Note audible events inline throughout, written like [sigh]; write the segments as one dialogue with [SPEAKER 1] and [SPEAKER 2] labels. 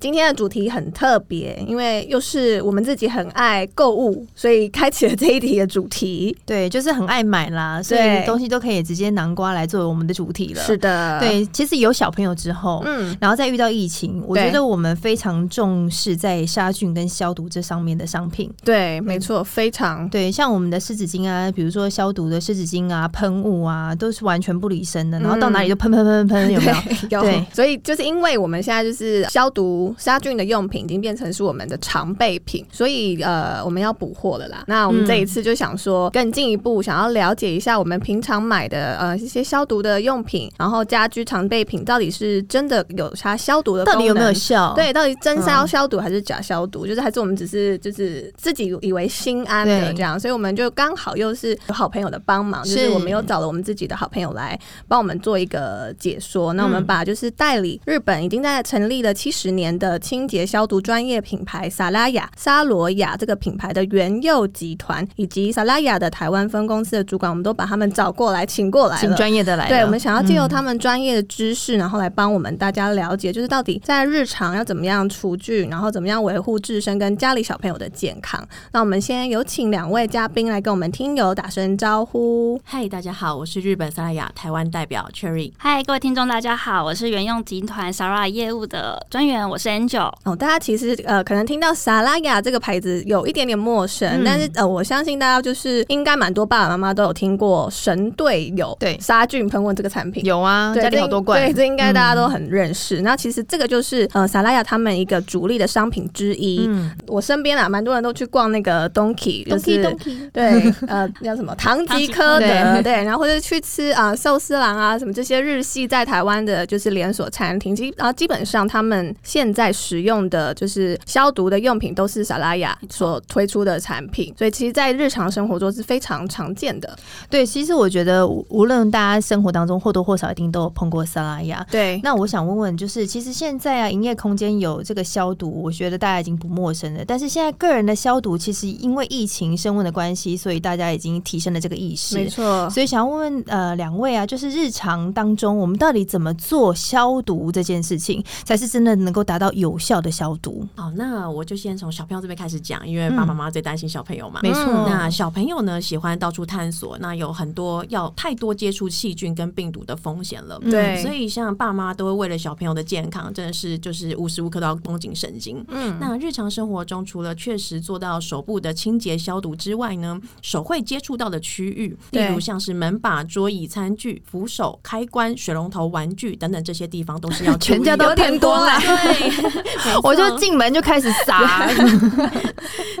[SPEAKER 1] 今天的主题很特别，因为又是我们自己很爱购物，所以开启了这一题的主题。
[SPEAKER 2] 对，就是很爱买啦，所
[SPEAKER 1] 对
[SPEAKER 2] 以东西都可以直接南瓜来作为我们的主题了。
[SPEAKER 1] 是，的，，
[SPEAKER 2] 对，其实有小朋友之后。
[SPEAKER 1] 嗯，
[SPEAKER 2] 然后再遇到疫情，我
[SPEAKER 1] 对
[SPEAKER 2] 觉得我们非常重视在杀菌跟消毒这上面的商品。
[SPEAKER 1] 对，没错，非常
[SPEAKER 2] 对，像我们的湿纸巾啊，比如说消毒的湿纸巾啊、喷雾啊，都是完全不离身
[SPEAKER 3] 嗯
[SPEAKER 2] 的。然后到哪里就喷喷喷喷，有没有？
[SPEAKER 1] 有
[SPEAKER 2] 对
[SPEAKER 1] 所以就是因为我们现在就是消毒杀菌的用品已经变成是我们的常备品，所以呃我们要补货了啦。那我们这一次就想说更进一步，想要了解一下我们平常买的呃一些消毒的用品，然后家居常备品到底是真的有它消毒的功
[SPEAKER 2] [laughs] 到
[SPEAKER 1] 能，
[SPEAKER 2] 底有没有效？
[SPEAKER 1] 对，到底真消
[SPEAKER 2] 嗯
[SPEAKER 1] 消毒还是假消毒？就是还是我们只是就是自己以为心安的
[SPEAKER 2] 对
[SPEAKER 1] 这样，所以我们就刚好又是有好朋友的帮忙，就是
[SPEAKER 2] 是
[SPEAKER 1] 我们又找了我们自己的好朋友来帮我们做一个解说。那我们
[SPEAKER 2] 嗯
[SPEAKER 1] 把就是代理日本已经在成立了七十年的清洁消毒专业品牌萨拉雅沙罗雅这个品牌的原佑集团以及萨拉雅的台湾分公司的主管，我们都把他们找过来，请过来
[SPEAKER 2] 请
[SPEAKER 1] 了。
[SPEAKER 2] 专业的来了。
[SPEAKER 1] 对，我们想要借由
[SPEAKER 2] 嗯
[SPEAKER 1] 他们专业的知识，然后来帮我们大家了解，就是到底在日常要怎么样除菌，然后怎么样维护自身跟家里小朋友的健康。那我们先有请两位嘉宾来跟我们听友打声招呼。
[SPEAKER 4] 嗨，大家好，我是日本萨拉雅台湾代表 Cherry。
[SPEAKER 3] 嗨，各位听众，大家好，我是元用集团 Sara 业务的专员，我是 Angel。
[SPEAKER 1] 哦，大家其实呃，可能听到萨拉雅这个牌子有一点点陌生，
[SPEAKER 2] 嗯
[SPEAKER 1] 但是呃，我相信大家就是应该蛮多爸爸妈妈都有听过神队友
[SPEAKER 2] 对
[SPEAKER 1] 杀菌喷雾这个产品。
[SPEAKER 2] 有啊，
[SPEAKER 1] 对
[SPEAKER 2] 家里
[SPEAKER 1] 这
[SPEAKER 2] 好多
[SPEAKER 1] 应
[SPEAKER 2] 罐。嗯
[SPEAKER 1] 对，这应该大家都很认识。那其实这个就是呃，萨拉雅他们一个主力的商品之一。
[SPEAKER 2] 嗯，
[SPEAKER 1] 我身边啊，蛮多人都去逛那个 Donkey，就
[SPEAKER 2] 东西
[SPEAKER 1] 是
[SPEAKER 2] 东西。
[SPEAKER 1] 对，呃，叫
[SPEAKER 2] [laughs]
[SPEAKER 1] 什么唐
[SPEAKER 2] 唐
[SPEAKER 1] 吉诃德，
[SPEAKER 2] 吉诃德
[SPEAKER 1] 对，然后或者去吃啊、呃寿司郎啊，什么这些日系在台湾的就是连锁餐厅，基啊、基本上他们现在使用的就是消毒的用品都是萨拉雅所推出的产品，所以其实，在日常生活中是非常常见的。
[SPEAKER 2] 对，其实我觉得无无论大家生活当中或多或少一定都有碰过沙拉雅。
[SPEAKER 1] 对，
[SPEAKER 2] 那我想问问，就是其实现在啊，营业空间有这个消毒，我觉得大家已经不陌生了。但是现在个人的消毒，其实因为疫情升温的关系，所以大家已经提升了这个意
[SPEAKER 1] 没
[SPEAKER 2] 识。
[SPEAKER 1] 错，
[SPEAKER 2] 所以想要问问呃两位啊，就是日常当中我们到底怎么做消毒这件事情，才是真的能够达到有效的消毒？
[SPEAKER 4] 好，哦那我就先从小朋友这边开始讲，因为爸爸妈妈最担心小朋友嘛。
[SPEAKER 2] 没错，
[SPEAKER 1] 嗯
[SPEAKER 4] 那小朋友呢，喜欢到处探索，那有很多要太多接触细菌跟病毒的风险
[SPEAKER 2] 嗯
[SPEAKER 4] 了。
[SPEAKER 1] 对，
[SPEAKER 4] 所以像爸妈都会为了小朋友的健康，真的是就是无时无刻都要绷紧神经。
[SPEAKER 1] 嗯
[SPEAKER 4] 那日常生活中，除了确实做到手部的清洁消毒之外呢，手会接触到的区域，例
[SPEAKER 1] 对
[SPEAKER 4] 如像是门把、桌椅、餐具、扶手、开关、水龙头、玩具等等这些地方，都
[SPEAKER 1] [laughs]
[SPEAKER 4] 是要
[SPEAKER 2] 全家
[SPEAKER 4] 注意
[SPEAKER 2] 都
[SPEAKER 4] 的
[SPEAKER 2] 偏多
[SPEAKER 1] 啊
[SPEAKER 2] 啦，，
[SPEAKER 3] [laughs]
[SPEAKER 4] 对
[SPEAKER 2] 我就进门就开始撒，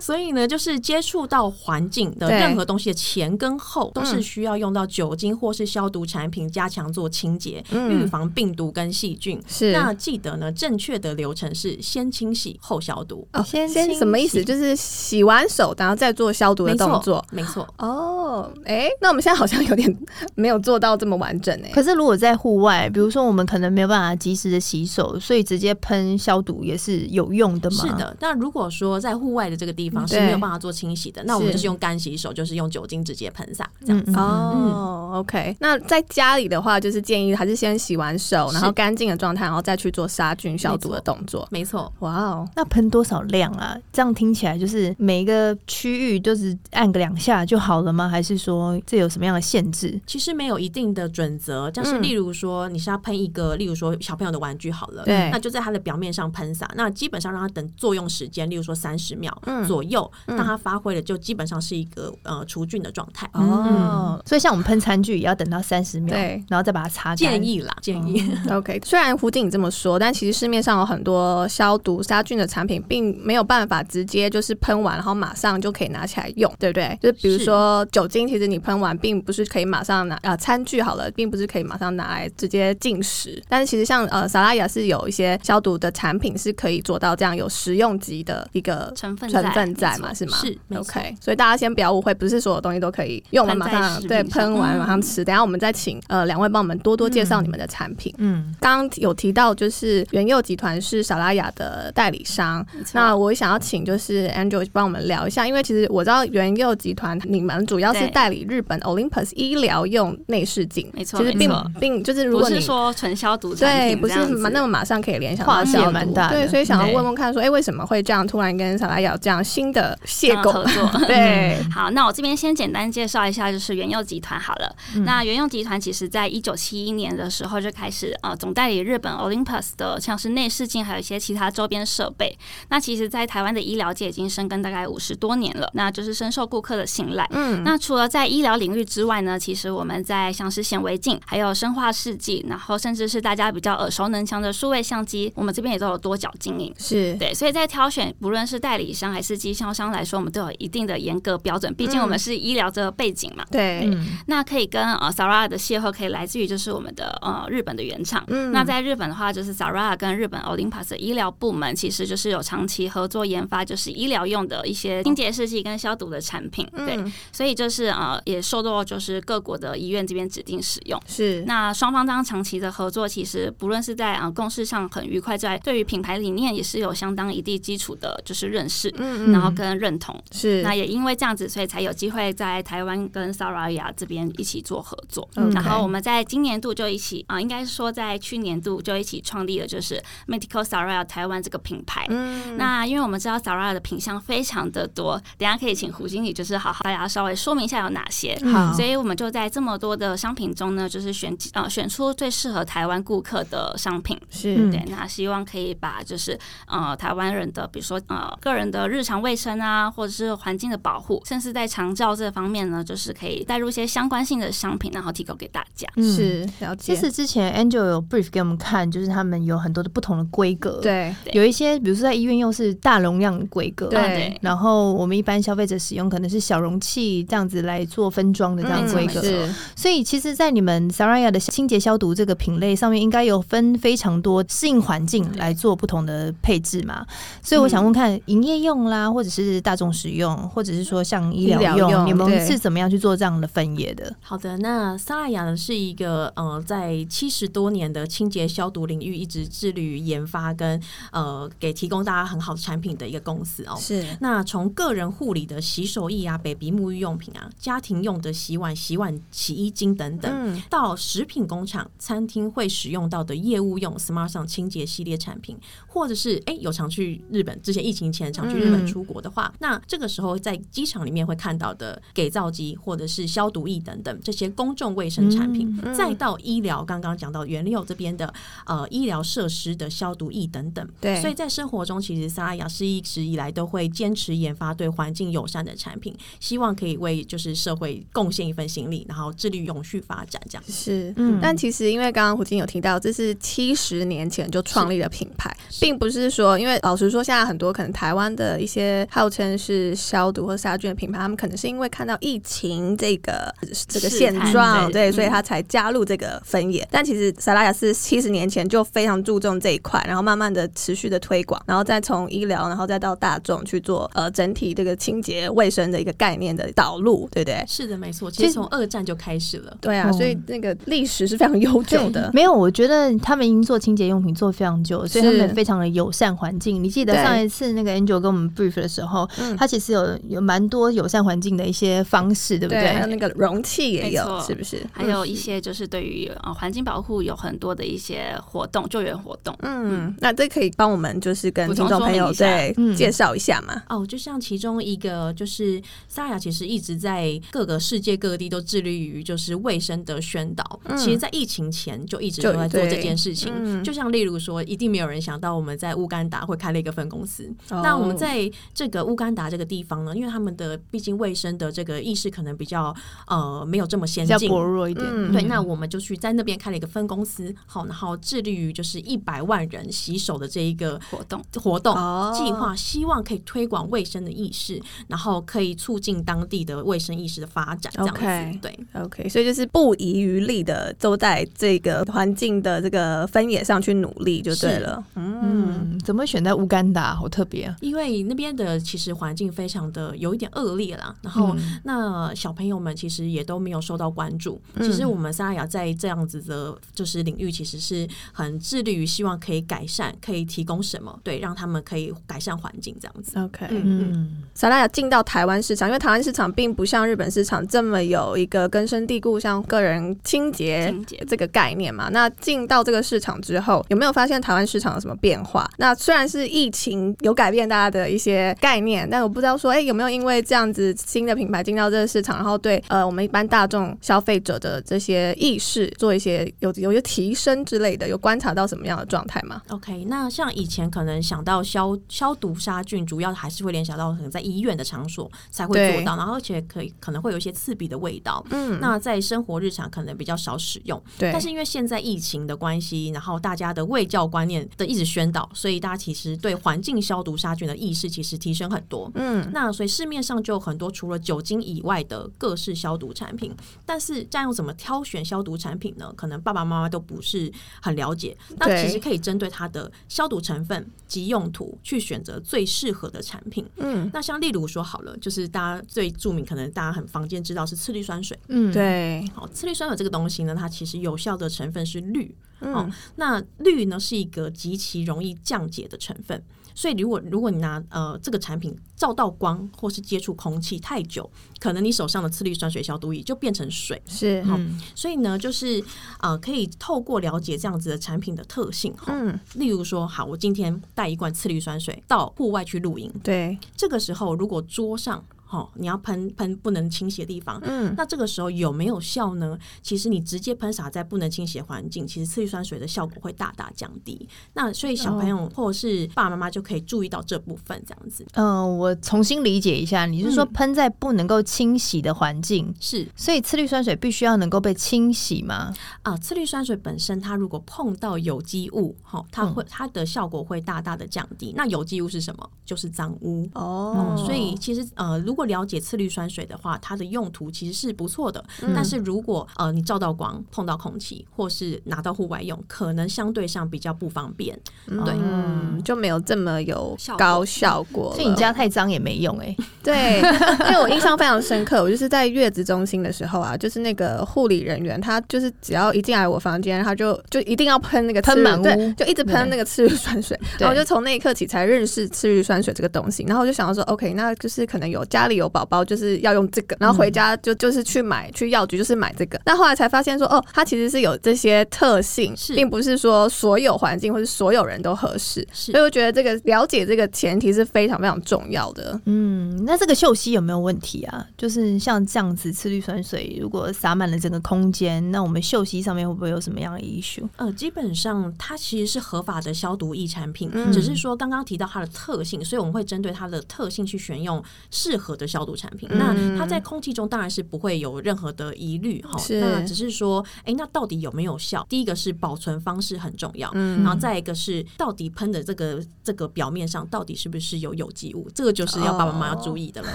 [SPEAKER 4] 所以呢，就是接触到环境的
[SPEAKER 1] 对
[SPEAKER 4] 任何东西的前跟后，都是
[SPEAKER 1] 嗯
[SPEAKER 4] 需要用到酒精或是消毒产品加强做清洁，
[SPEAKER 1] 嗯
[SPEAKER 4] 预防病毒跟细菌。
[SPEAKER 1] 是
[SPEAKER 4] 那记得呢，正确的流程是先清洗后消毒。
[SPEAKER 1] [laughs] 哦，
[SPEAKER 2] 先
[SPEAKER 1] 先
[SPEAKER 2] 清
[SPEAKER 1] 什么意思？
[SPEAKER 2] 洗
[SPEAKER 1] 就是洗完手，然后再做消毒的
[SPEAKER 4] 没
[SPEAKER 1] 动
[SPEAKER 4] 错
[SPEAKER 1] 作，。
[SPEAKER 4] 没错。
[SPEAKER 1] 哦，哎， [laughs] 那我们现在好像有点没有做到这么完整哎。
[SPEAKER 2] 可是如果在户外，比如说我们可能没有办法及时的洗手，所以直接喷消毒也是有用的嘛？
[SPEAKER 4] 是，的，那如果说在户外的这个地方是
[SPEAKER 1] 嗯对
[SPEAKER 4] 没有办法做清洗的，那我们
[SPEAKER 1] 是
[SPEAKER 4] 就是用干洗手，就是用酒精直接喷洒这样。
[SPEAKER 2] 嗯嗯
[SPEAKER 1] 哦、o k 那在家里的话，就是建议还是先洗完手，然后
[SPEAKER 4] 是
[SPEAKER 1] 干净的状态，然后再去做杀菌消毒的动作。
[SPEAKER 4] 没错，
[SPEAKER 1] 哇哦，
[SPEAKER 2] 那喷多少量啊？这样听起来就是每一个区域就是按个两下就好了吗？还是说这有什么样的限制？
[SPEAKER 4] 其实没有一定的准则，但是
[SPEAKER 1] 嗯
[SPEAKER 4] 例如说你是要喷一个，例如说小朋友的玩具好了，
[SPEAKER 1] 对
[SPEAKER 4] 那就在它的表面上喷洒，那基本上让它等作用时间，例如说三十秒左右，
[SPEAKER 1] 嗯
[SPEAKER 4] 当它发挥了，就基本上是一个呃除菌的状态。
[SPEAKER 1] 哦、
[SPEAKER 2] 嗯所以像我们喷餐具也要等到三十秒
[SPEAKER 1] 对，
[SPEAKER 2] 然后再把它擦干。
[SPEAKER 4] 建议啦，建议。
[SPEAKER 1] [laughs] o k 虽然胡景这么说，但其实市面上有很多消毒杀菌的产品，并没有办法直接就是喷完，然后马上就可以拿起来用，对不对？就是比如
[SPEAKER 4] 是
[SPEAKER 1] 说酒精，其实你喷完并不是可以马上拿，呃，餐具好了，并不是可以马上拿来直接进食。但是其实像呃，萨拉雅是有一些消毒的产品是可以做到这样有食用级的一个
[SPEAKER 3] 成分
[SPEAKER 1] 成分在
[SPEAKER 3] 没
[SPEAKER 1] 嘛，
[SPEAKER 3] 错
[SPEAKER 1] 是吗？
[SPEAKER 4] 是没错
[SPEAKER 1] OK，所以大家先不要误会，不是所有东西都可以用完马
[SPEAKER 3] 喷在
[SPEAKER 1] 上
[SPEAKER 3] 食
[SPEAKER 1] 对
[SPEAKER 3] 品上
[SPEAKER 1] 喷完
[SPEAKER 3] 嗯
[SPEAKER 1] 马上吃。等一下我们再请呃两位帮我们多多介绍
[SPEAKER 2] 嗯
[SPEAKER 1] 你们的产品。
[SPEAKER 2] 嗯，
[SPEAKER 1] 刚刚有提到，就是元佑集团是小拉雅的代理商。
[SPEAKER 3] 没错
[SPEAKER 1] 那我想要请就是 Angel 帮我们聊一下，因为其实我知道元佑集团你们主要是
[SPEAKER 3] 对
[SPEAKER 1] 代理日本 Olympus 医疗用内视镜，
[SPEAKER 3] 没错
[SPEAKER 1] 其实
[SPEAKER 3] 没
[SPEAKER 1] 并
[SPEAKER 3] 错
[SPEAKER 1] 并就是如
[SPEAKER 3] 不
[SPEAKER 1] 果你
[SPEAKER 3] 是说纯消毒产
[SPEAKER 1] 对
[SPEAKER 3] 品
[SPEAKER 1] 不
[SPEAKER 3] 这
[SPEAKER 1] 是
[SPEAKER 3] 样子
[SPEAKER 1] 马那么马上可以联想
[SPEAKER 2] 跨
[SPEAKER 1] 到
[SPEAKER 2] 界
[SPEAKER 1] 消毒
[SPEAKER 2] 蛮大的
[SPEAKER 1] 对，所以想
[SPEAKER 2] 对
[SPEAKER 1] 要问问看说，哎、为什么会这样突然跟小拉雅有这样新的
[SPEAKER 3] 这 [laughs]
[SPEAKER 1] 邂
[SPEAKER 3] 样的嗯
[SPEAKER 1] 逅
[SPEAKER 3] 合？作。
[SPEAKER 1] 对，
[SPEAKER 3] 好，那我这边先简单介绍一下，就是元佑集团好了。
[SPEAKER 2] 嗯
[SPEAKER 3] 那元佑集团其实在一九七一年的时候就开始呃总代理日本 Olympus 的像是内视镜，还有一些其他周边设备。那其实，在台湾的医疗界已经深耕大概五十多年了，那就是深受顾客的信赖。
[SPEAKER 1] 嗯，
[SPEAKER 3] 那除了在医疗领域之外呢，其实我们在像是显微镜、还有生化试剂，然后甚至是大家比较耳熟能详的数位相机，我们这边也都有多角经营。
[SPEAKER 1] 是
[SPEAKER 3] 对，所以在挑选不论是代理商还是经销商来说，我们都有一定的严格标
[SPEAKER 1] 嗯
[SPEAKER 3] 准，毕竟我们是医疗的背景嘛。
[SPEAKER 1] 对，
[SPEAKER 2] 嗯
[SPEAKER 3] 那可以跟呃 Sara 的邂逅可以来自于就是我们的呃日本的原厂。
[SPEAKER 1] 嗯
[SPEAKER 3] 那在日本的话，就是 Sara 跟日本 Olympus 的医疗部门其实就是有长期合作研发，就是医疗用的一些清洁试剂跟消毒的产品。对，
[SPEAKER 1] 嗯
[SPEAKER 3] 所以就是呃也受到就是各国的医院这边指定使用。
[SPEAKER 1] 是
[SPEAKER 3] 那双方这样长期的合作，其实不论是在啊、呃共识上很愉快，在对于品牌理念也是有相当一定基础的，就是认识，
[SPEAKER 1] 嗯
[SPEAKER 3] 然后跟认同。
[SPEAKER 1] 是
[SPEAKER 3] 那也因为这样子，所以才有机会在台湾跟 Saraya 这边一起做合作。
[SPEAKER 1] 嗯
[SPEAKER 3] 然后
[SPEAKER 1] OK
[SPEAKER 3] 我们在今年度就一起啊、应该是说在去年度就一起创立了就是 Medical Saraya 台湾这个品牌。
[SPEAKER 1] 嗯
[SPEAKER 3] 那因为我们知道 Saraya 的品相非常的多，等一下可以请胡经理就是好好大家稍微说明一下有哪些。
[SPEAKER 1] 嗯
[SPEAKER 2] 好
[SPEAKER 3] 所以我们就在这么多的商品中呢，就是选呃选出最适合台湾顾客的商品。
[SPEAKER 1] 是
[SPEAKER 2] 嗯
[SPEAKER 3] 对，那希望可以把就是呃台湾人的，比如说呃个人的日常卫生啊，或者是环境的保护，甚至在长照这方面呢，就是可以带入一些相关性的商品，然后提供给大家。
[SPEAKER 2] 嗯
[SPEAKER 1] 是了
[SPEAKER 2] 其
[SPEAKER 1] 解，
[SPEAKER 2] 实之前 Angel 有 brief 给我们看，就是他们有很多的不同的规格，，
[SPEAKER 1] 对
[SPEAKER 2] 有一些比如说在医院用是大容量的规格，
[SPEAKER 1] 对
[SPEAKER 3] 啊对
[SPEAKER 2] 然后我们一般消费者使用可能是小容器这样子来做分装的这样
[SPEAKER 1] 嗯
[SPEAKER 2] 规格，
[SPEAKER 1] 是
[SPEAKER 2] 所以其实，在你们 Saraya 的清洁消毒这个品类上面，应该有分非常多适应环境来做不同的配置嘛。所以我想问看，营业用啦，或者是大众使用，或者是说像医疗
[SPEAKER 1] 医疗用
[SPEAKER 2] 你们
[SPEAKER 1] 对
[SPEAKER 2] 是怎么样去做这样的分野的？
[SPEAKER 4] 好的，那萨拉雅呢是一个呃，在七十多年的清洁消毒领域一直致力于研发跟呃给提供大家很好的产品的一个公司哦。
[SPEAKER 1] 是
[SPEAKER 4] 那从个人护理的洗手液啊、baby 沐浴用品啊、家庭用的洗碗、洗碗洗衣精等等，
[SPEAKER 1] 嗯
[SPEAKER 4] 到食品工厂、餐厅会使用到的业务用 Smart 上清洁系列产品，或者是哎、诶有常去日本，之前疫情前常去日
[SPEAKER 2] 嗯
[SPEAKER 4] 本出国的话，那这个时候在机场里面会看到的给皂机或者是消毒液等等这些公众卫生产品，
[SPEAKER 1] 嗯
[SPEAKER 4] 再到医疗，刚刚讲到原料这边的呃医疗设施的消毒液等等，
[SPEAKER 1] 对
[SPEAKER 4] 所以在生活中，其实萨拉雅是一直以来都会坚持研发对环境友善的产品，希望可以为就是社会贡献一份心力，然后致力于永续发展这样。
[SPEAKER 1] 是
[SPEAKER 2] 嗯
[SPEAKER 1] 但其实因为刚刚胡金有提到，这是七十年前就创立的品牌，并不是说，因为老实说，现在很多可能台湾的一些号称是消毒或杀菌的品牌，他们可能是因为看到疫情这个这个
[SPEAKER 3] 事
[SPEAKER 1] 现
[SPEAKER 3] 态
[SPEAKER 1] 状，对，
[SPEAKER 4] 对
[SPEAKER 2] 嗯
[SPEAKER 1] 所以他才加入这个分野。但其实萨拉雅是七十年前就非常注重这一块，然后慢慢的持续的推广，然后再从医疗，然后再到大众去做呃整体这个清洁卫生的一个概念的导入，对不对？
[SPEAKER 4] 是的，没错，
[SPEAKER 2] 其
[SPEAKER 4] 其
[SPEAKER 2] 实
[SPEAKER 4] 实从二战就开始了。
[SPEAKER 1] 对啊，
[SPEAKER 2] 哦
[SPEAKER 1] 所以那个历史是非常悠久的。
[SPEAKER 2] 没有，我觉得他们已经做清洁用品做得非常久，所以他们
[SPEAKER 1] 是
[SPEAKER 2] 非常的友善环境。你记得
[SPEAKER 1] 对
[SPEAKER 2] 上一次那个 Angel 跟我们 brief 的时候， [laughs]
[SPEAKER 1] 嗯
[SPEAKER 2] 他其实有有蛮多友善环境的一些方式，对不
[SPEAKER 1] 还有那个容器也
[SPEAKER 3] 没
[SPEAKER 1] 有，
[SPEAKER 3] 错
[SPEAKER 1] 是不是？嗯
[SPEAKER 3] 还有一些就是对于呃环境保护有很多的一些活动，救援活动。
[SPEAKER 1] 嗯，那这可以帮我们就是跟
[SPEAKER 3] 补
[SPEAKER 1] 听
[SPEAKER 3] 充
[SPEAKER 1] 众朋友
[SPEAKER 3] 说
[SPEAKER 1] 对
[SPEAKER 3] 明
[SPEAKER 2] 嗯
[SPEAKER 1] 介绍一下嘛。
[SPEAKER 4] 哦，就像其中一个就是萨雅，其实一直在各个世界各地都致力于就是卫生的宣导。
[SPEAKER 1] 嗯
[SPEAKER 4] 其实，在疫情前就一直
[SPEAKER 1] 就
[SPEAKER 4] 都在做这
[SPEAKER 1] 对
[SPEAKER 4] 件事情。
[SPEAKER 1] 嗯
[SPEAKER 4] 就像例如说，一定没有人想到我们在乌干达会开了一个分公司。那我们在这个乌干达这个地方呢，因为他们的毕竟卫生的这个意识可能比较呃没有这么先
[SPEAKER 2] 比较
[SPEAKER 4] 进。
[SPEAKER 2] 薄弱一点。
[SPEAKER 1] 嗯
[SPEAKER 4] 对，那我们就去在那边开了一个分公司，好，然后致力于就是一百万人洗手的这一个
[SPEAKER 3] 活动
[SPEAKER 4] 活动
[SPEAKER 1] 哦
[SPEAKER 4] 计划，希望可以推广卫生的意识，然后可以促进当地的卫生意识的发展，这样子。
[SPEAKER 1] OK
[SPEAKER 4] 对，
[SPEAKER 1] 哦 OK，所以就是不遗余力的都在这个环境的这个分野上去努力就对
[SPEAKER 4] 是
[SPEAKER 2] 的。嗯，怎么选在乌干达？好特别啊！
[SPEAKER 4] 因为那边的其实环境非常的有一点恶劣啦，然后、那小朋友们其实也都没有受到关注。
[SPEAKER 1] 嗯
[SPEAKER 4] 其实我们三亚在这样子的，就是领域其实是很致力于希望可以改善，可以提供什么，对，让他们可以改善环境这样子。
[SPEAKER 1] OK，
[SPEAKER 4] 嗯嗯，
[SPEAKER 1] 萨拉雅进到台湾市场，因为台湾市场并不像日本市场这么有一个根深蒂固像个人清洁
[SPEAKER 3] 清洁
[SPEAKER 1] 这个概念嘛。那进到这个市场之后，有没有发现台湾市场有什么变化？那虽然是疫情有改变大家的一些概念，但我不知道说，哎、有没有因为这样子新的品牌进到这个市场，然后对呃我们一般大众消费者的这些意识做一些有有一些提升之类的，有观察到什么样的状态吗？
[SPEAKER 4] OK，那像以前可能想到消消毒杀菌，主要还是会联想到可能在医院的场所才会
[SPEAKER 1] 对
[SPEAKER 4] 做到，然后而且可以可能会有一些刺鼻的味道。
[SPEAKER 1] 嗯，
[SPEAKER 4] 那在生活日常可能比较少使用，
[SPEAKER 1] 对，
[SPEAKER 4] 但是因为现在疫情的关系，然后大家的卫教观念的一直宣导，所以大家其实对环境消毒杀菌的意识其实提升很多。
[SPEAKER 1] 嗯
[SPEAKER 4] 那所以市面上就有很多除了酒精以外的各式消毒产品，但是这样要怎么挑选消毒产品呢？可能爸爸妈妈都不是很了解。那
[SPEAKER 1] 对
[SPEAKER 4] 其实可以针对它的消毒成分及用途去选择最适合的产品。
[SPEAKER 1] 嗯，
[SPEAKER 4] 那像例如说好了，就是大家最著名，可能大家很房间知道是次氯酸水。
[SPEAKER 2] 嗯，，
[SPEAKER 1] 对，
[SPEAKER 4] 好，次氯酸水这个东西呢，它其实有效的成分是氯，
[SPEAKER 1] 嗯
[SPEAKER 4] 哦，那氯呢是一个极其容易降解的成分，所以如果如果你拿呃这个产品照到光或是接触空气太久，可能你手上的次氯酸水消毒液就变成水。
[SPEAKER 1] 是，
[SPEAKER 2] 嗯
[SPEAKER 4] 所以呢，就是呃可以透过了解这样子的产品的特性，哈、
[SPEAKER 1] 嗯，
[SPEAKER 4] 例如说，好，我今天带一罐次氯酸水到户外去露营，
[SPEAKER 1] 对，
[SPEAKER 4] 这个时候如果桌上哦你要喷喷不能清洗的地方，
[SPEAKER 1] 嗯
[SPEAKER 4] 那这个时候有没有效呢？其实你直接喷洒在不能清洗的环境，其实次氯酸水的效果会大大降低。那所以小朋友或者是爸爸妈妈就可以注意到这部分，这样子
[SPEAKER 2] 嗯，我重新理解一下，你是说喷在不能够清洗的环境，
[SPEAKER 4] 是
[SPEAKER 2] 所以次氯酸水必须要能够被清洗吗？
[SPEAKER 4] 啊、次氯酸水本身它如果碰到有机物，哈、它会它的效果会大大的降低。那有机物是什么？就是脏污。
[SPEAKER 1] 哦
[SPEAKER 4] 所以其实呃，如果了解次氯酸水的话，它的用途其实是不错的。
[SPEAKER 1] 嗯
[SPEAKER 4] 但是如果呃你照到光、碰到空气，或是拿到户外用，可能相对上比较不方便。对
[SPEAKER 1] 嗯，就没有这么有
[SPEAKER 3] 效果
[SPEAKER 1] 高效果了。
[SPEAKER 2] 所以你家太脏也没用哎、
[SPEAKER 1] 对， [laughs] 因为我印象非常深刻，我就是在月子中心的时候啊，就是那个护理人员，他就是只要一进来我房间，他就就一定要喷那个
[SPEAKER 2] 喷
[SPEAKER 1] 次氯
[SPEAKER 2] 满屋
[SPEAKER 1] 对，就一直喷那个次氯酸水。
[SPEAKER 2] 对
[SPEAKER 1] 然后我就从那一刻起才认识次氯酸水这个东西。然后我就想到说，OK，那就是可能有家里有宝宝，就是要用这
[SPEAKER 2] 嗯
[SPEAKER 1] 个，然后回家就、就是去买去药局就是买这个。那后来才发现说，哦，它其实是有这些特性，
[SPEAKER 4] 是
[SPEAKER 1] 并不是说所有环境或是所有人都合适。
[SPEAKER 4] 是
[SPEAKER 1] 所以我觉得这个了解这个前提是非常非常重要的。
[SPEAKER 2] 嗯，那这个嗅息有没有问题啊？就是像这样子次氯酸水如果洒满了整个空间，那我们嗅息上面会不会有什么样的 issue？
[SPEAKER 4] 呃，基本上它其实是合法的消毒液产品，
[SPEAKER 1] 嗯
[SPEAKER 4] 只是说刚刚提到它的特性，所以我们会针对它的特性去选用适合的消毒产品。
[SPEAKER 1] 嗯
[SPEAKER 4] 那它在空气中当然是不会有任何的疑虑哈
[SPEAKER 1] 是，
[SPEAKER 4] 那只是说，哎、那到底有没有效？第一个是保存方式很重要。
[SPEAKER 1] 嗯
[SPEAKER 4] 然后再一个是，到底喷的这个这个表面上到底是不是有有机物，这个就是要爸爸妈
[SPEAKER 1] 哦
[SPEAKER 4] 妈要注意的了。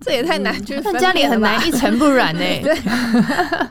[SPEAKER 1] 这也太难去分辨了吧，
[SPEAKER 2] 但家里很难一尘不染呢、欸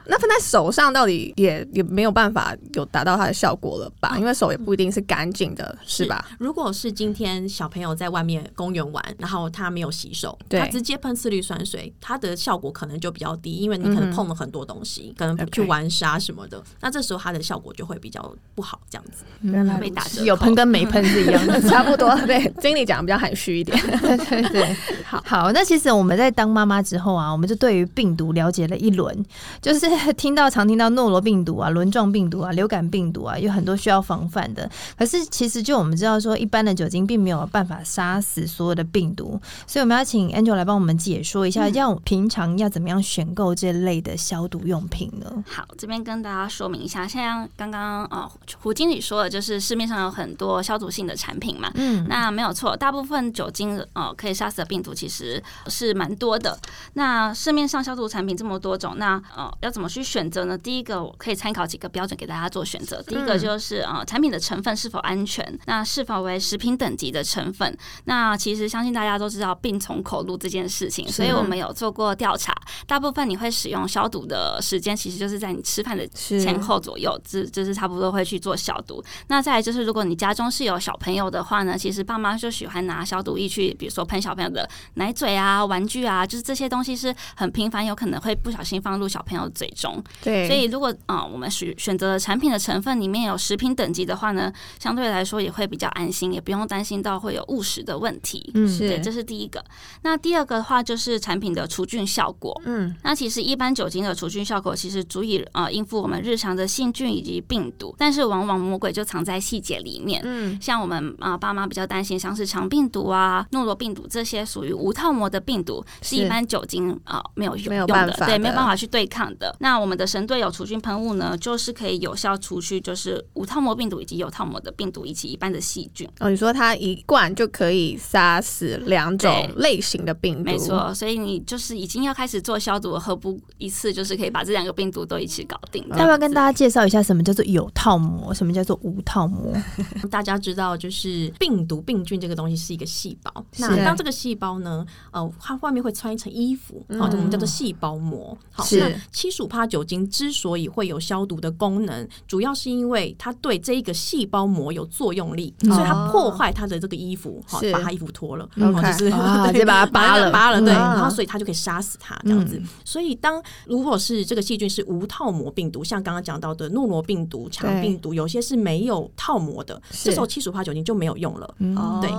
[SPEAKER 1] 那分在手上到底也也没有办法有达到它的效果了吧？因为手也不一定是干净的，是吧？
[SPEAKER 4] 如果是今天小朋友在外面公园玩，然后他没有洗手，
[SPEAKER 1] 对
[SPEAKER 4] 他直接喷次氯酸水，它的效果可能就比较低，因为你可能碰了很多东西，可能去
[SPEAKER 1] OK
[SPEAKER 4] 玩沙什么的，那这时候它的效果就会比较不好，这样子。
[SPEAKER 1] 原来
[SPEAKER 3] 被打折扣
[SPEAKER 2] 有喷跟没喷是一样的。
[SPEAKER 1] 嗯差不多，对，经理讲得比较含蓄一点。
[SPEAKER 2] 嗯对对对，好好。那其实我们在当妈妈之后啊，我们就对于病毒了解了一轮，就是 [laughs] 听到常听到诺罗病毒啊、轮状病毒啊、流感病毒啊，有很多需要防范的。可是其实就我们知道说，一般的酒精并没有办法杀死所有的病毒，所以我们要请 Angel 来帮我们解说一下，要平常要怎么样选购这类的消毒用品呢？
[SPEAKER 3] 好，这边跟大家说明一下，像刚刚呃胡经理说的，就是市面上有很多消毒性的产品嘛，
[SPEAKER 2] 嗯，
[SPEAKER 3] 那没有错，大部分酒精呃可以杀死的病毒，其其实是蛮多的。那市面上消毒产品这么多种，那呃要怎么去选择呢？第一个我可以参考几个标准给大家做选择。第一个就是呃产品的成分是否安全，那是否为食品等级的成分。那其实相信大家都知道病从口入这件事情，所以我们有做过调查，大部分你会使用消毒的时间其实就是在你吃饭的
[SPEAKER 1] [laughs] 是
[SPEAKER 3] 前后左右，这就是差不多会去做消毒。那再来就是，如果你家中是有小朋友的话呢，其实爸妈就喜欢拿消毒液去，比如说喷小朋友的奶嘴啊、玩具啊，就是这些东西是很频繁，有可能会不小心放入小朋友嘴中。
[SPEAKER 1] 对，
[SPEAKER 3] 所以如果啊、呃我们选选择的产品的成分里面有食品等级的话呢，相对来说也会比较安心，也不用担心到会有误食的问题。
[SPEAKER 2] 嗯
[SPEAKER 1] 是
[SPEAKER 3] 对，这是第一个。那第二个的话就是产品的除菌效果。
[SPEAKER 4] 嗯，
[SPEAKER 3] 那其实一般酒精的除菌效果其实足以呃应付我们日常的细菌以及病毒，但是往往魔鬼就藏在细节里面。
[SPEAKER 4] 嗯，
[SPEAKER 3] 像我们啊、呃爸妈比较担心像是肠病毒啊、诺罗病毒这些属于无套膜的病毒，是
[SPEAKER 1] 是
[SPEAKER 3] 一般酒精啊、呃没有用
[SPEAKER 1] 没有
[SPEAKER 3] 用的
[SPEAKER 1] 办法
[SPEAKER 3] 对，没有
[SPEAKER 1] 的
[SPEAKER 3] 办法去对抗的。那我们的神队友除菌喷雾呢，就是可以有效除去就是无套膜病毒以及有套膜的病毒以及一般的细菌。
[SPEAKER 1] 哦，你说它一罐就可以杀死两种
[SPEAKER 3] 对
[SPEAKER 1] 类型的病毒，
[SPEAKER 3] 没，错，所以你就是已经要开始做消毒了，何不一次就是可以把这两个病毒都一起搞定？
[SPEAKER 2] 要不要跟大家介绍一下什么叫做有套膜，什么叫做无套膜？
[SPEAKER 4] [laughs] 大家知道，就是病毒病菌这个东西是一个细胞。
[SPEAKER 2] 是
[SPEAKER 4] 那当这个细胞呢，呃，它外面会穿一层衣服，好、这我们叫做细胞膜。好，
[SPEAKER 2] 嗯是
[SPEAKER 4] 那七十五帕酒精之所以会有消毒的功能，主要是因为它对这一个细胞膜有作用力，
[SPEAKER 2] 嗯
[SPEAKER 4] 所以它破坏它的这个衣服，好、
[SPEAKER 1] 是
[SPEAKER 4] 把它衣服脱了，
[SPEAKER 1] OK
[SPEAKER 4] 好就是、
[SPEAKER 2] 哦
[SPEAKER 4] [laughs]
[SPEAKER 2] 啊
[SPEAKER 4] 对
[SPEAKER 2] 直接把它扒了
[SPEAKER 4] 扒了，对，
[SPEAKER 2] 嗯
[SPEAKER 4] 然后所以它就可以杀死它这样子。所以当如果是这个细菌是无套膜病毒，像刚刚讲到的诺罗病毒、肠病毒，有些是没有套膜的，
[SPEAKER 1] 是
[SPEAKER 4] 这时候七十五帕酒精就没有用了。
[SPEAKER 2] 嗯
[SPEAKER 1] 哦，
[SPEAKER 4] 对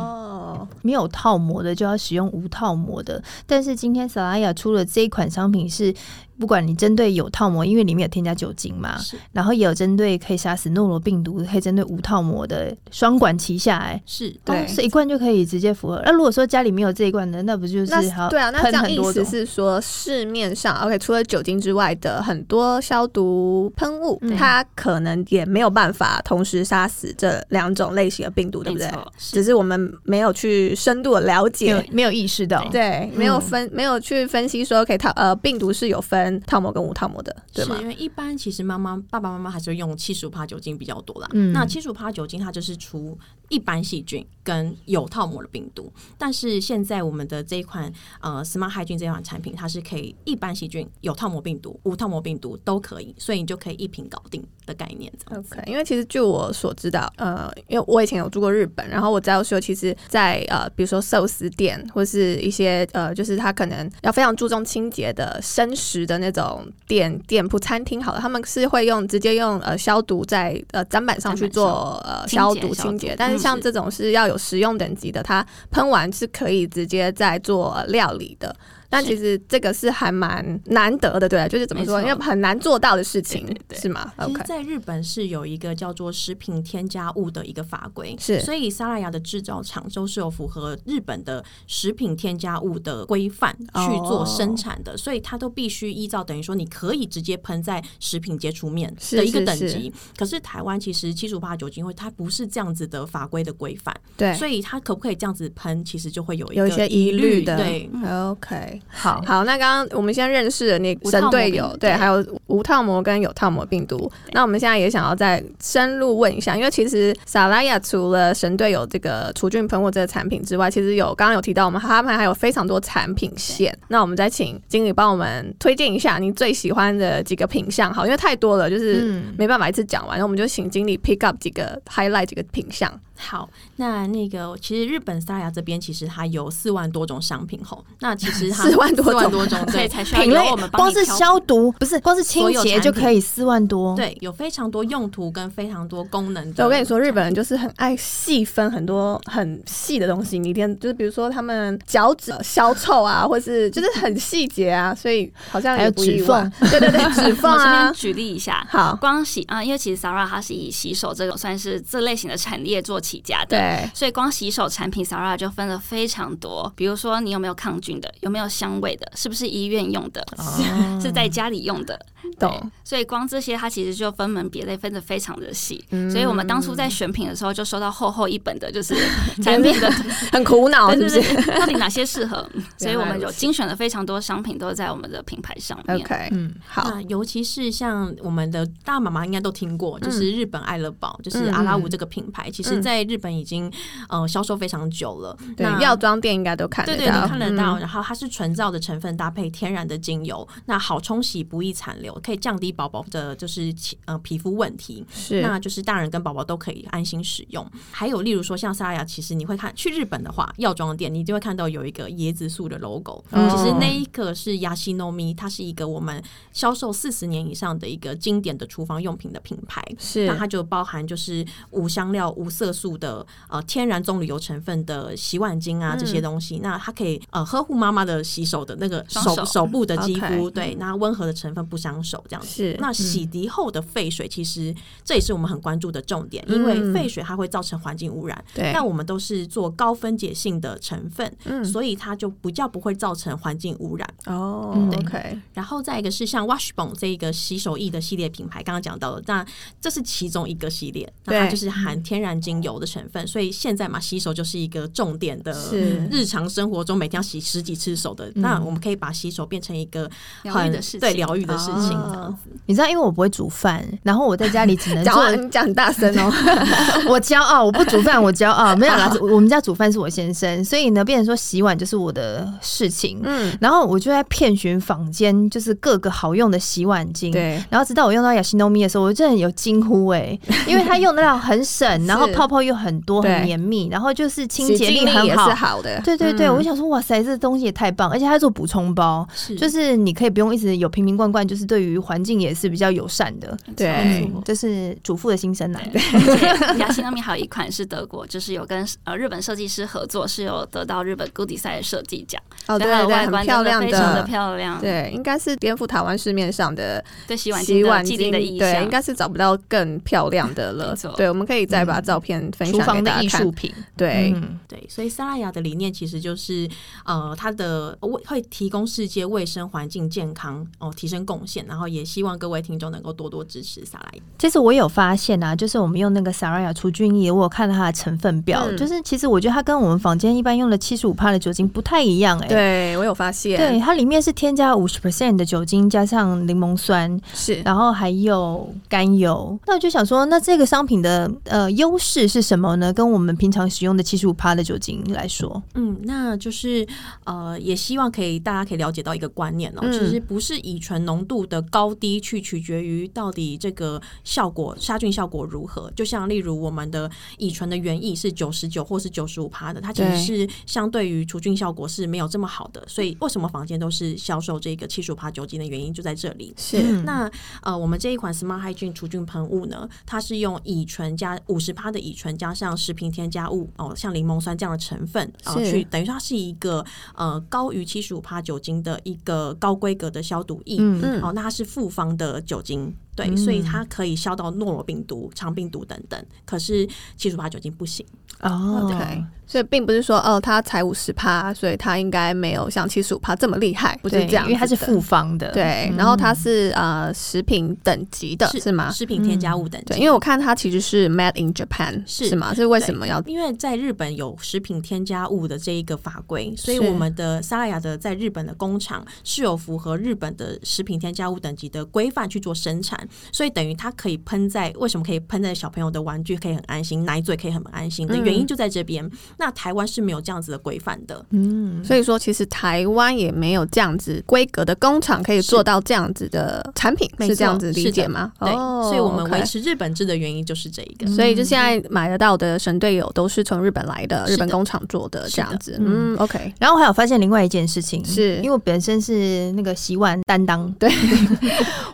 [SPEAKER 2] 没有套膜的就要使用无套膜的。但是今天 Salaya 出了这一款商品是，不管你针对有套膜，因为里面有添加酒精嘛，
[SPEAKER 4] 是
[SPEAKER 2] 然后也有针对可以杀死诺罗病毒，可以针对无套膜的，双管齐下、哎。
[SPEAKER 4] 是，
[SPEAKER 1] 对
[SPEAKER 2] 哦，所以一罐就可以直接符合。那如果说家里没有这一罐的，那不就是
[SPEAKER 1] 那
[SPEAKER 2] 还要
[SPEAKER 1] 对啊，那这
[SPEAKER 2] 喷
[SPEAKER 1] 样
[SPEAKER 2] 很
[SPEAKER 1] 意
[SPEAKER 2] 多
[SPEAKER 1] 思
[SPEAKER 2] 种？
[SPEAKER 1] 是说，市面上 OK 除了酒精之外的很多消毒喷雾，
[SPEAKER 2] 嗯
[SPEAKER 1] 它可能也没有办法同时杀死这两种类型的病毒，对不对
[SPEAKER 3] 没？错
[SPEAKER 1] 只是我们没有去深度的了
[SPEAKER 2] 没有嗯
[SPEAKER 1] 解，
[SPEAKER 2] 没有意识到，
[SPEAKER 1] 对，没有分，没有去分析说 OK 套呃病毒是有分套膜跟无套膜的，对
[SPEAKER 4] 是
[SPEAKER 1] 吗？
[SPEAKER 4] 因为一般其实妈妈、爸爸妈妈还是用七十五帕酒精比较多啦。
[SPEAKER 2] 嗯
[SPEAKER 4] 那七十五帕酒精它就是除一般细菌跟有套膜的病毒，但是现在我们的这一款呃 Smart Hygiene 这款产品，它是可以一般细菌、有套膜病毒、无套膜病毒都可以，所以你就可以一瓶搞定的概念这样子。
[SPEAKER 1] OK，因为其实据我所知道，呃，因为我以前有住过日本，然后我知道说，其实在，呃，比如说寿司店或是一些呃，就是他可能要非常注重清洁的生食的那种店店铺餐厅，好了，他们是会用直接用呃消毒在呃砧板上去做呃
[SPEAKER 3] 清洁
[SPEAKER 1] 消
[SPEAKER 3] 消
[SPEAKER 1] 毒
[SPEAKER 3] 毒
[SPEAKER 1] 清洁，但是
[SPEAKER 3] 嗯
[SPEAKER 1] 像
[SPEAKER 3] 是
[SPEAKER 1] 这种是要有食用等级的，它喷完是可以直接在做、呃料理的。但
[SPEAKER 3] 是
[SPEAKER 1] 其实这个是还蛮难得的，对吧，就是怎么说，
[SPEAKER 3] 没
[SPEAKER 1] 因
[SPEAKER 3] 错
[SPEAKER 1] 为很难做到的事情，
[SPEAKER 3] 对对对
[SPEAKER 1] 是吗
[SPEAKER 4] 其
[SPEAKER 1] ？OK，
[SPEAKER 4] 实，在日本是有一个叫做食品添加物的一个法规，
[SPEAKER 1] 是
[SPEAKER 4] 所以萨拉雅的制造厂都是有符合日本的食品添加物的规范
[SPEAKER 1] 哦
[SPEAKER 4] 去做生产的，所以它都必须依照等于说你可以直接喷在食品接触面
[SPEAKER 1] 是
[SPEAKER 4] 的一个
[SPEAKER 1] 是
[SPEAKER 4] 等级。
[SPEAKER 1] 是
[SPEAKER 4] 可是台湾其实七十五酒精会，它不是这样子的法规的规范，
[SPEAKER 1] 对。
[SPEAKER 4] 所以它可不可以这样子喷，其实就会有
[SPEAKER 1] 有一
[SPEAKER 4] 一
[SPEAKER 1] 些
[SPEAKER 4] 些
[SPEAKER 1] 疑虑
[SPEAKER 4] 虑
[SPEAKER 1] 的
[SPEAKER 4] 对，
[SPEAKER 1] OK，
[SPEAKER 2] 嗯好，
[SPEAKER 1] 好，那刚刚我们先认识了那个神队
[SPEAKER 3] 无套膜病
[SPEAKER 1] 友，
[SPEAKER 3] 毒
[SPEAKER 1] 对，
[SPEAKER 3] 对
[SPEAKER 1] 还有无套膜跟有套膜病毒。那我们现在也想要再深入问一下，因为其实萨拉雅除了神队友这个除菌喷雾这个产品之外，其实有刚刚有提到我们他们还有非常多产品线。那我们再请经理帮我们推荐一下你最喜欢的几个品项，好，因为太多了，就是
[SPEAKER 2] 嗯，
[SPEAKER 1] 没办法一次讲完，那我们就请经理 pick up 几个 highlight 几个品项。
[SPEAKER 4] 好，那那个其实日本萨雅这边其实它有四万多种商品吼，那其实它
[SPEAKER 1] [laughs] 四万多种
[SPEAKER 4] 四万多种
[SPEAKER 3] 所以
[SPEAKER 4] 对。
[SPEAKER 3] 才需要
[SPEAKER 2] 品
[SPEAKER 3] 由
[SPEAKER 2] 类
[SPEAKER 3] [laughs] 我们帮
[SPEAKER 2] 光
[SPEAKER 3] 你
[SPEAKER 2] 是
[SPEAKER 3] 挑
[SPEAKER 2] 消毒不是光是清
[SPEAKER 4] 所有
[SPEAKER 2] 洁
[SPEAKER 4] 产
[SPEAKER 2] 就
[SPEAKER 4] 品
[SPEAKER 2] 可以四万多，，
[SPEAKER 4] 对，有非常多用途跟非常多功能的。
[SPEAKER 1] 对，我跟你说，日本人就是很爱细分很多很细的东西，你一定就是比如说他们脚趾消臭啊，或是就是很细节啊，所以好像
[SPEAKER 2] 还有
[SPEAKER 1] 也不意
[SPEAKER 2] 指
[SPEAKER 1] 外
[SPEAKER 2] 缝，
[SPEAKER 1] 对对对，指缝
[SPEAKER 3] 我这边
[SPEAKER 1] 啊，
[SPEAKER 3] 举例一下，
[SPEAKER 1] 好，
[SPEAKER 3] 光洗啊、因为其实 Sara 它是以洗手这种算是这类型的产业做起家的。
[SPEAKER 1] 对，
[SPEAKER 3] 所以光洗手产品 Sara 就分了非常多，比如 [laughs] 说你有没有抗菌的，有没有香味的，是不是医院用的，
[SPEAKER 2] 哦
[SPEAKER 3] 是在家里用的，
[SPEAKER 1] 懂。
[SPEAKER 3] 所以光这些它其实就分门别类分得非常的细。所以我们当初在选品的时候就收到厚厚一本的，就是产品的
[SPEAKER 1] 很苦恼，哦是不是
[SPEAKER 3] 对对对到底哪些适
[SPEAKER 1] [laughs]
[SPEAKER 3] 合？嗯所以我们
[SPEAKER 1] 原来如
[SPEAKER 3] 有
[SPEAKER 1] 此
[SPEAKER 3] 精选了非常多商品，都在我们的品牌上面。
[SPEAKER 1] ？OK，
[SPEAKER 2] 嗯，
[SPEAKER 1] 好，
[SPEAKER 4] 那尤其是像我们的大妈妈应该都听过，就是日本爱乐宝，就是阿拉
[SPEAKER 2] 嗯
[SPEAKER 4] 乌这个品牌，其实
[SPEAKER 1] 嗯
[SPEAKER 4] 在日本已经呃销售非常久了。
[SPEAKER 1] 对
[SPEAKER 4] 那，
[SPEAKER 1] 药妆店应该都看得
[SPEAKER 4] 对
[SPEAKER 1] 到，
[SPEAKER 4] 对，你看得到。
[SPEAKER 1] 嗯
[SPEAKER 4] 然后它是纯皂的成分搭配天然的精油，那好冲洗，不易残留，可以降低宝宝的就是其呃皮肤问题。
[SPEAKER 1] 是
[SPEAKER 4] 那就是大人跟宝宝都可以安心使用。还有，例如说像莎雅，其实你会看去日本的话，药妆店你就会看到有一个椰子树的 logo，、
[SPEAKER 1] 嗯
[SPEAKER 4] 其实那一个是 Yashinomi，它是一个我们销售四十年以上的一个经典的厨房用品的品牌。
[SPEAKER 1] 是
[SPEAKER 4] 那它就包含就是无香料、无色素的呃天然棕榈油成分的洗碗巾啊
[SPEAKER 1] 嗯
[SPEAKER 4] 这些东西，那它可以呃呵护妈妈的洗手的那个
[SPEAKER 3] 双
[SPEAKER 4] 手
[SPEAKER 3] 手
[SPEAKER 4] 手部的肌
[SPEAKER 1] OK
[SPEAKER 4] 肤，对，那温和的成分不伤手这样子。
[SPEAKER 1] 是
[SPEAKER 4] 那洗涤后的废水，其实这也是我们很关注的重点，因为废水它会造成环境污染。
[SPEAKER 1] 嗯对
[SPEAKER 4] 那我们都是做高分解性的成分，
[SPEAKER 1] 嗯
[SPEAKER 4] 所以它就比较不会造成环境污染。
[SPEAKER 1] 哦
[SPEAKER 2] 嗯
[SPEAKER 1] ，OK，
[SPEAKER 4] 然后再一个是像 Washbone 这一个洗手液的系列品牌，刚刚讲到了，那这是其中一个系列，那它
[SPEAKER 1] 对
[SPEAKER 4] 就是含天然精油的成分，所以现在嘛，洗手就是一个重点的。
[SPEAKER 1] 是嗯
[SPEAKER 4] 日常生活中每天要洗十几次手的，那我们可以把洗手变成一个
[SPEAKER 3] 疗
[SPEAKER 4] 很
[SPEAKER 3] 愈的事情
[SPEAKER 4] 对疗愈的事情，这样
[SPEAKER 1] 哦
[SPEAKER 4] 子。
[SPEAKER 2] 你知道，因为我不会煮饭，然后我在家里只能
[SPEAKER 1] [laughs] 讲
[SPEAKER 2] 做
[SPEAKER 1] 话啊你讲很大声哦，
[SPEAKER 2] [laughs] 我骄傲，我不煮饭，我骄
[SPEAKER 1] [laughs]
[SPEAKER 2] 傲。没有啦，我我们家煮饭是我先生，所以呢，变成说洗碗就是我的事情。
[SPEAKER 1] 嗯，
[SPEAKER 2] 然后我就在遍寻坊间，就是各个好用的洗碗巾。。
[SPEAKER 1] 对，
[SPEAKER 2] 然后直到我用到雅西诺咪的时候，我真的有惊呼哎、
[SPEAKER 1] [laughs]
[SPEAKER 2] 因为它用得了很省，然后泡泡又很多，
[SPEAKER 1] 对
[SPEAKER 2] 很绵密，然后就是清
[SPEAKER 1] 洗
[SPEAKER 2] 洁
[SPEAKER 1] 净
[SPEAKER 2] 很
[SPEAKER 1] 也
[SPEAKER 2] 好
[SPEAKER 1] 是。好的，
[SPEAKER 2] 对对对，
[SPEAKER 1] 嗯
[SPEAKER 2] 我想说，哇塞，这东西也太棒！而且它做补充包，
[SPEAKER 4] 是
[SPEAKER 2] 就是你可以不用一直有瓶瓶罐罐，就是对于环境也是比较友善的。嗯
[SPEAKER 1] 对
[SPEAKER 4] 没错
[SPEAKER 2] 这是主妇的心声啦。
[SPEAKER 3] 而且雅欣那边还有一款是德国，就是有跟呃日本设计师合作，是有得到日本 Good Design 设计奖，
[SPEAKER 1] 哦，
[SPEAKER 3] 所
[SPEAKER 1] 对
[SPEAKER 3] 以它
[SPEAKER 1] 对
[SPEAKER 3] 的
[SPEAKER 1] 对，
[SPEAKER 3] 外
[SPEAKER 1] 很
[SPEAKER 3] 观
[SPEAKER 1] 漂
[SPEAKER 3] 真的
[SPEAKER 1] 亮
[SPEAKER 3] 非常的漂亮。
[SPEAKER 1] 对，应该是颠覆台湾市面上的
[SPEAKER 3] 对洗碗
[SPEAKER 1] 洗
[SPEAKER 3] 巾的
[SPEAKER 1] 碗
[SPEAKER 3] 既定的
[SPEAKER 1] 巾，
[SPEAKER 3] 意
[SPEAKER 1] 对，应
[SPEAKER 3] 象，
[SPEAKER 1] 该是找不到更漂亮的
[SPEAKER 3] [laughs]
[SPEAKER 1] 了
[SPEAKER 3] 没错。嗯
[SPEAKER 1] 对，我们可以再把照片分
[SPEAKER 2] 厨
[SPEAKER 1] 享
[SPEAKER 2] 房
[SPEAKER 1] 给大
[SPEAKER 2] 的艺
[SPEAKER 1] 家看
[SPEAKER 2] 术。品，
[SPEAKER 1] 对，
[SPEAKER 2] 嗯
[SPEAKER 4] 对，所以萨拉雅的理念其实就是，呃，它的为会提供世界卫生环境健康哦、提升贡献，然后也希望各位听众能够多多支持萨拉雅。
[SPEAKER 2] 其实我有发现啊，就是我们用那个 Saraya 除菌液，我有看它的成分表，
[SPEAKER 1] 嗯
[SPEAKER 2] 就是其实我觉得它跟我们坊间一般用的七十五帕的酒精不太一样哎、
[SPEAKER 1] 对我有发现，
[SPEAKER 2] 对，它里面是添加五十 percent 的酒精，加上柠檬酸，
[SPEAKER 1] 是
[SPEAKER 3] 啊
[SPEAKER 2] 然后还有甘油。那我就想说，那这个商品的呃优势是什么呢？跟我们平常使用的七十五帕的酒精来说，
[SPEAKER 4] 嗯，那就是呃，也希望可以大家可以了解到一个观念哦，
[SPEAKER 1] 嗯
[SPEAKER 4] 其实不是乙醇浓度的高低去取决于到底这个效果杀菌效果如何。就像例如我们的乙醇的原液是九十九或是九十五帕的，它其实是相对于除菌效果是没有这么好的。所以为什么房间都是销售这个七十五帕酒精的原因就在这里。
[SPEAKER 1] 是，
[SPEAKER 4] 那呃，我们这一款 Smart Hygiene 除菌喷雾呢，它是用乙醇加五十帕的乙醇加上食品添加物哦，像柠檬酸这样的成分啊、
[SPEAKER 1] 是
[SPEAKER 4] 去等于它是一个呃高于七十五帕酒精的一个高规格的消毒液。
[SPEAKER 2] 嗯
[SPEAKER 1] 嗯
[SPEAKER 4] 哦，那它是复方的酒精，对，所以它可以消到诺罗病毒、肠病毒等等。可是七十五帕酒精不行。
[SPEAKER 2] 哦
[SPEAKER 1] 嗯，OK，所以并不是说哦，它才五十趴，所以它应该没有像七十五趴这么厉害，不是
[SPEAKER 2] 对
[SPEAKER 1] 这样，
[SPEAKER 2] 因为它是。复方的，
[SPEAKER 1] 对，
[SPEAKER 3] 嗯
[SPEAKER 1] 然后它是呃食品等级的，是吗？
[SPEAKER 4] 食品添加物等级、
[SPEAKER 1] 啊嗯对，因为我看它其实是 Made in Japan，
[SPEAKER 4] 是
[SPEAKER 1] 是吗？是为什么要
[SPEAKER 4] 因为在日本有食品添加物的这一个法规，所以
[SPEAKER 1] 是
[SPEAKER 4] 我们的萨拉雅的在日本的工厂是有符合日本的食品添加物等级的规范去做生产，所以等于它可以喷在为什么可以喷在小朋友的玩具可以很安心，奶嘴可以很安心的
[SPEAKER 1] 嗯
[SPEAKER 4] 原因就在这边。那台湾是没有这样子的规范的，
[SPEAKER 2] 嗯，
[SPEAKER 1] 所以说，其实台湾也没有这样子规格的工厂可以做到这样子的产品，
[SPEAKER 4] 没
[SPEAKER 1] 是这样
[SPEAKER 4] 错
[SPEAKER 1] 子
[SPEAKER 4] 是
[SPEAKER 1] 理
[SPEAKER 4] 的
[SPEAKER 1] 解吗？
[SPEAKER 4] 对，
[SPEAKER 1] 哦
[SPEAKER 4] 所以我们
[SPEAKER 1] OK
[SPEAKER 4] 维持日本制的原因就是这一个。
[SPEAKER 1] 所以就
[SPEAKER 2] 嗯
[SPEAKER 1] 现在买得到的神队友都是从日本来的，日
[SPEAKER 4] 是的
[SPEAKER 1] 本工厂做的
[SPEAKER 4] 是
[SPEAKER 1] 这
[SPEAKER 4] 的
[SPEAKER 1] 样子。嗯，OK，
[SPEAKER 2] 然后我还有发现另外一件事情，
[SPEAKER 1] 是
[SPEAKER 2] [laughs] 因为我本身是那个洗碗担当，对，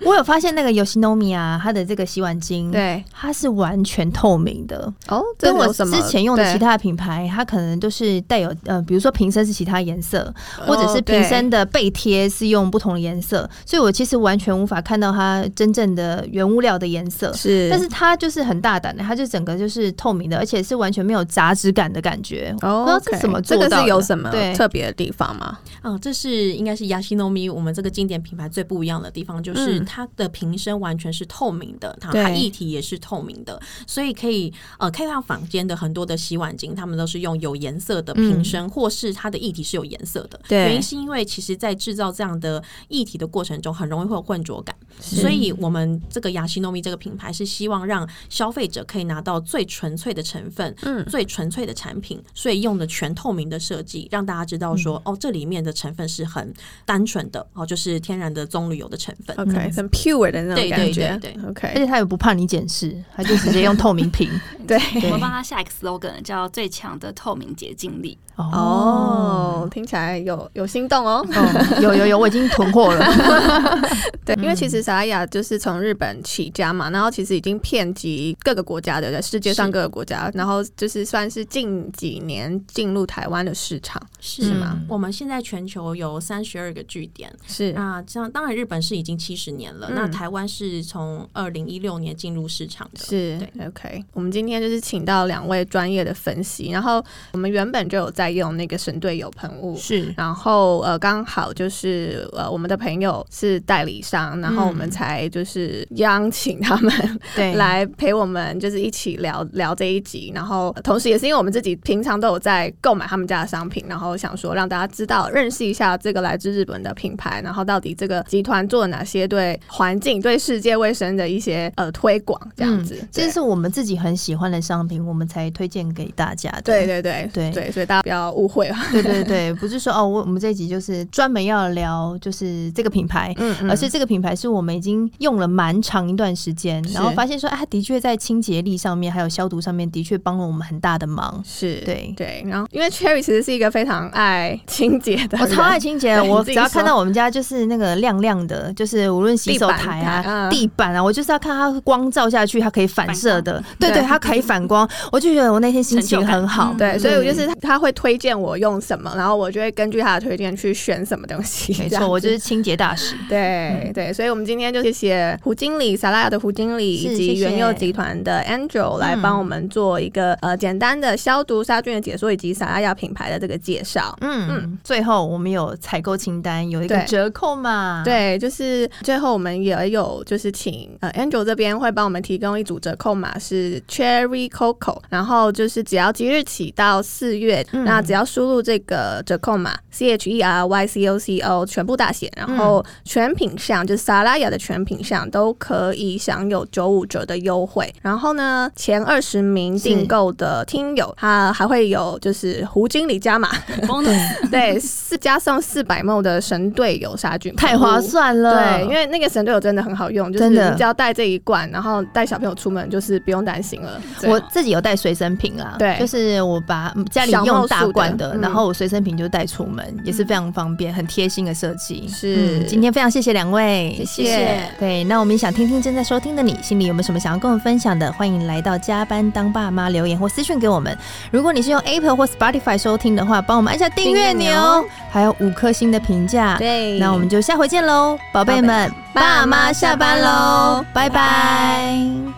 [SPEAKER 2] 我有发现那个 Yoshinomi Shinomia 它的这个洗碗巾，，
[SPEAKER 1] 对
[SPEAKER 2] 它是完全透明的，
[SPEAKER 1] 哦，
[SPEAKER 2] 嗯
[SPEAKER 1] 这
[SPEAKER 2] 跟我
[SPEAKER 1] 有什么
[SPEAKER 2] 之前用的
[SPEAKER 1] 对
[SPEAKER 2] 其他的品牌，它可能就是带有呃，比如说瓶身是其他颜色，或者是
[SPEAKER 1] 哦对
[SPEAKER 2] 瓶身的背贴是用不同的颜色，所以我其实完全无法看到它真正的原物料的颜色。
[SPEAKER 1] 是，
[SPEAKER 2] 但是它就是很大胆的，它就整个就是透明的，而且是完全没有杂质感的感觉。
[SPEAKER 1] 哦，
[SPEAKER 2] 不知道这
[SPEAKER 1] OK，
[SPEAKER 2] 怎么
[SPEAKER 1] 这
[SPEAKER 2] 做
[SPEAKER 1] 个
[SPEAKER 2] 到
[SPEAKER 1] 是有
[SPEAKER 2] 的
[SPEAKER 1] 什么
[SPEAKER 2] 对
[SPEAKER 1] 特别的地方吗？
[SPEAKER 4] 嗯，这是应该是雅西诺米我们这个经典品牌最不一样的地方，就是
[SPEAKER 1] 嗯
[SPEAKER 4] 它的瓶身完全是透明的，它
[SPEAKER 1] 对
[SPEAKER 4] 它液体也是透明的，所以可以呃，可以看坊间的很多的洗碗巾，他们都是用有颜色的瓶身，或是它的液体是有颜色的。
[SPEAKER 1] 嗯对
[SPEAKER 4] 原因是因为其实在制造这样的液体的过程中，很容易会有混浊感，所以我们这个雅西诺米这个品牌是希望让消费者可以拿到最纯粹的成分，
[SPEAKER 1] 嗯
[SPEAKER 4] 最纯粹的产品，所以用的全透明的设计，让大家知道说，哦，这里面的成分是很单纯的，哦，就是天然的棕榈油的成分。
[SPEAKER 2] 嗯
[SPEAKER 1] ，OK，很 pure 的那种
[SPEAKER 4] 对
[SPEAKER 1] 感
[SPEAKER 4] 对
[SPEAKER 1] 觉
[SPEAKER 4] 对
[SPEAKER 2] 而
[SPEAKER 1] ，OK，
[SPEAKER 2] 且它也不怕你检视，它就直接用透明瓶。
[SPEAKER 1] [laughs] 对，
[SPEAKER 3] 我们帮他下一个 slogan 叫“最强的透明洁净
[SPEAKER 1] [laughs]
[SPEAKER 3] 力
[SPEAKER 1] 哦，
[SPEAKER 2] 嗯
[SPEAKER 1] 听起来有有心动哦。
[SPEAKER 2] 哦，有有有，我已经囤货了。
[SPEAKER 1] [laughs] 对，因为其实萨雅就是从日本起家嘛，然后其实已经遍及各个国家，对不对？世界上
[SPEAKER 4] 是
[SPEAKER 1] 各个国家，然后就是算是近几年进入台湾的市场，
[SPEAKER 4] 是
[SPEAKER 2] 吗
[SPEAKER 4] 我们现在全球有三十二个据点，
[SPEAKER 1] 是
[SPEAKER 4] 那这样当然日本是已经七十年了，
[SPEAKER 1] 嗯
[SPEAKER 4] 那台湾是从二零一六年进入市场的。
[SPEAKER 1] 是
[SPEAKER 4] 对
[SPEAKER 1] ，OK。我们今天就是请到两位专业的分析，然后我们原本就有在用那个神队友喷雾，
[SPEAKER 2] 是，
[SPEAKER 1] 然后呃，刚好就是呃，我们的朋友是代理商，然后我们才就是央请他们
[SPEAKER 2] 对，
[SPEAKER 1] 来陪我们，就是一起聊聊这一集。然后呃同时也是因为我们自己平常都有在购买他们家的商品，然后想说让大家知道认识一下这个来自日本的品牌，然后到底这个集团做了哪些对环境、对世界卫生的一些呃推广，这样子。
[SPEAKER 2] 这是我们自己很喜欢的商品，我们才推荐给大家的。
[SPEAKER 1] 对对对
[SPEAKER 2] 对
[SPEAKER 1] 对，所以大家不要误会啊。
[SPEAKER 2] 对对对，不是说哦，我我们这一集就是专门要聊就是这个品牌。
[SPEAKER 1] 嗯
[SPEAKER 2] 而是这个品牌是我们已经用了蛮长一段时间，然后
[SPEAKER 1] 是
[SPEAKER 2] 发现说，啊，它的确在清洁力上面，还有消毒上面，的确帮了我们很大的忙。
[SPEAKER 1] 是
[SPEAKER 2] 对
[SPEAKER 1] 对，然后因为 Cherry 其实是一个非常爱清洁的
[SPEAKER 2] [laughs]
[SPEAKER 1] 人，
[SPEAKER 2] 我超爱清洁的，
[SPEAKER 1] 对
[SPEAKER 2] 我
[SPEAKER 1] 你自
[SPEAKER 2] 只
[SPEAKER 1] 己
[SPEAKER 2] 要看
[SPEAKER 1] 说
[SPEAKER 2] 到我们家就是那个亮亮的，就是无论洗手台
[SPEAKER 1] 地板台
[SPEAKER 2] 啊、
[SPEAKER 1] 嗯
[SPEAKER 2] 地板啊，我就是要看它光照下去，它可以反射的，对
[SPEAKER 1] 对
[SPEAKER 2] 对，它可以反光，
[SPEAKER 1] [laughs]
[SPEAKER 2] 我就觉得我那天心情很好
[SPEAKER 3] 成就感
[SPEAKER 1] 对，
[SPEAKER 3] 嗯。
[SPEAKER 1] 所以我就
[SPEAKER 2] 嗯
[SPEAKER 1] 是他会推荐我用什么，然后我就会根据他的推荐去选什么东西。
[SPEAKER 2] 没
[SPEAKER 1] 这样
[SPEAKER 2] 错，
[SPEAKER 1] 子
[SPEAKER 2] 我就是嗯清洁大
[SPEAKER 1] [laughs]
[SPEAKER 2] 使。
[SPEAKER 1] 对对，所以我们今天就谢谢胡经理、萨拉雅的胡经理
[SPEAKER 2] 是谢嗯
[SPEAKER 1] 以及
[SPEAKER 2] 谢
[SPEAKER 1] 原佑集团的 Angel 来帮我们做一个呃简单的消毒杀菌的解说，以及萨拉雅品牌的这个介绍。
[SPEAKER 2] 嗯，最后我们有采购清单，有一个
[SPEAKER 1] 对
[SPEAKER 2] 折扣嘛？，
[SPEAKER 1] 对，就是最后我们也有就是请呃 Angel 这边会帮我们提供一组折扣码是 Cherry Coco，然后就是只要即日起到四月，
[SPEAKER 2] 嗯
[SPEAKER 1] 那只要输入这个折扣码 C H E R Y C O C O 全部大写，然后
[SPEAKER 2] 嗯
[SPEAKER 1] 全品项、就是萨拉雅的全品项都可以享有九五折的优惠。然后呢，前二十名
[SPEAKER 2] 是
[SPEAKER 1] 订购的听友，他还会有就是胡经理加码， [laughs]
[SPEAKER 3] ”，bonus
[SPEAKER 1] 对，四加送四百 ml 的神队友杀菌哦
[SPEAKER 2] 太
[SPEAKER 1] 喷雾
[SPEAKER 2] 划算了。
[SPEAKER 1] 对，因为那个神队友真的很好用，就是
[SPEAKER 2] 真的
[SPEAKER 1] 你只要带这一罐，然后带小朋友出门，就是不用担心了。
[SPEAKER 3] 对
[SPEAKER 2] 我自己有带随身瓶啦，
[SPEAKER 1] 对
[SPEAKER 2] 就是我把嗯家里
[SPEAKER 1] 小
[SPEAKER 2] 用
[SPEAKER 1] 帽
[SPEAKER 2] 大
[SPEAKER 1] 束的
[SPEAKER 2] 罐的，
[SPEAKER 1] 嗯
[SPEAKER 2] 然后我随身瓶就带出门，也是非常方便，很贴心的设计。
[SPEAKER 1] 是
[SPEAKER 2] 嗯今天非常谢谢两位，
[SPEAKER 1] 谢
[SPEAKER 4] 谢谢。
[SPEAKER 2] 对，那我们也想听听正在收听的你，心里有没有什么想要跟我们分享的？欢迎来到加班当爸妈留言或私讯给我们。如果你是用 Apple 或 Spotify 收听的话，帮我们按下订阅
[SPEAKER 1] 订阅
[SPEAKER 2] 钮
[SPEAKER 1] 钮，
[SPEAKER 2] 还有五颗星的评价。
[SPEAKER 1] 对
[SPEAKER 2] 那我们就下回见喽，宝贝
[SPEAKER 1] 宝贝
[SPEAKER 2] 们，
[SPEAKER 1] 爸妈下班喽
[SPEAKER 2] 拜拜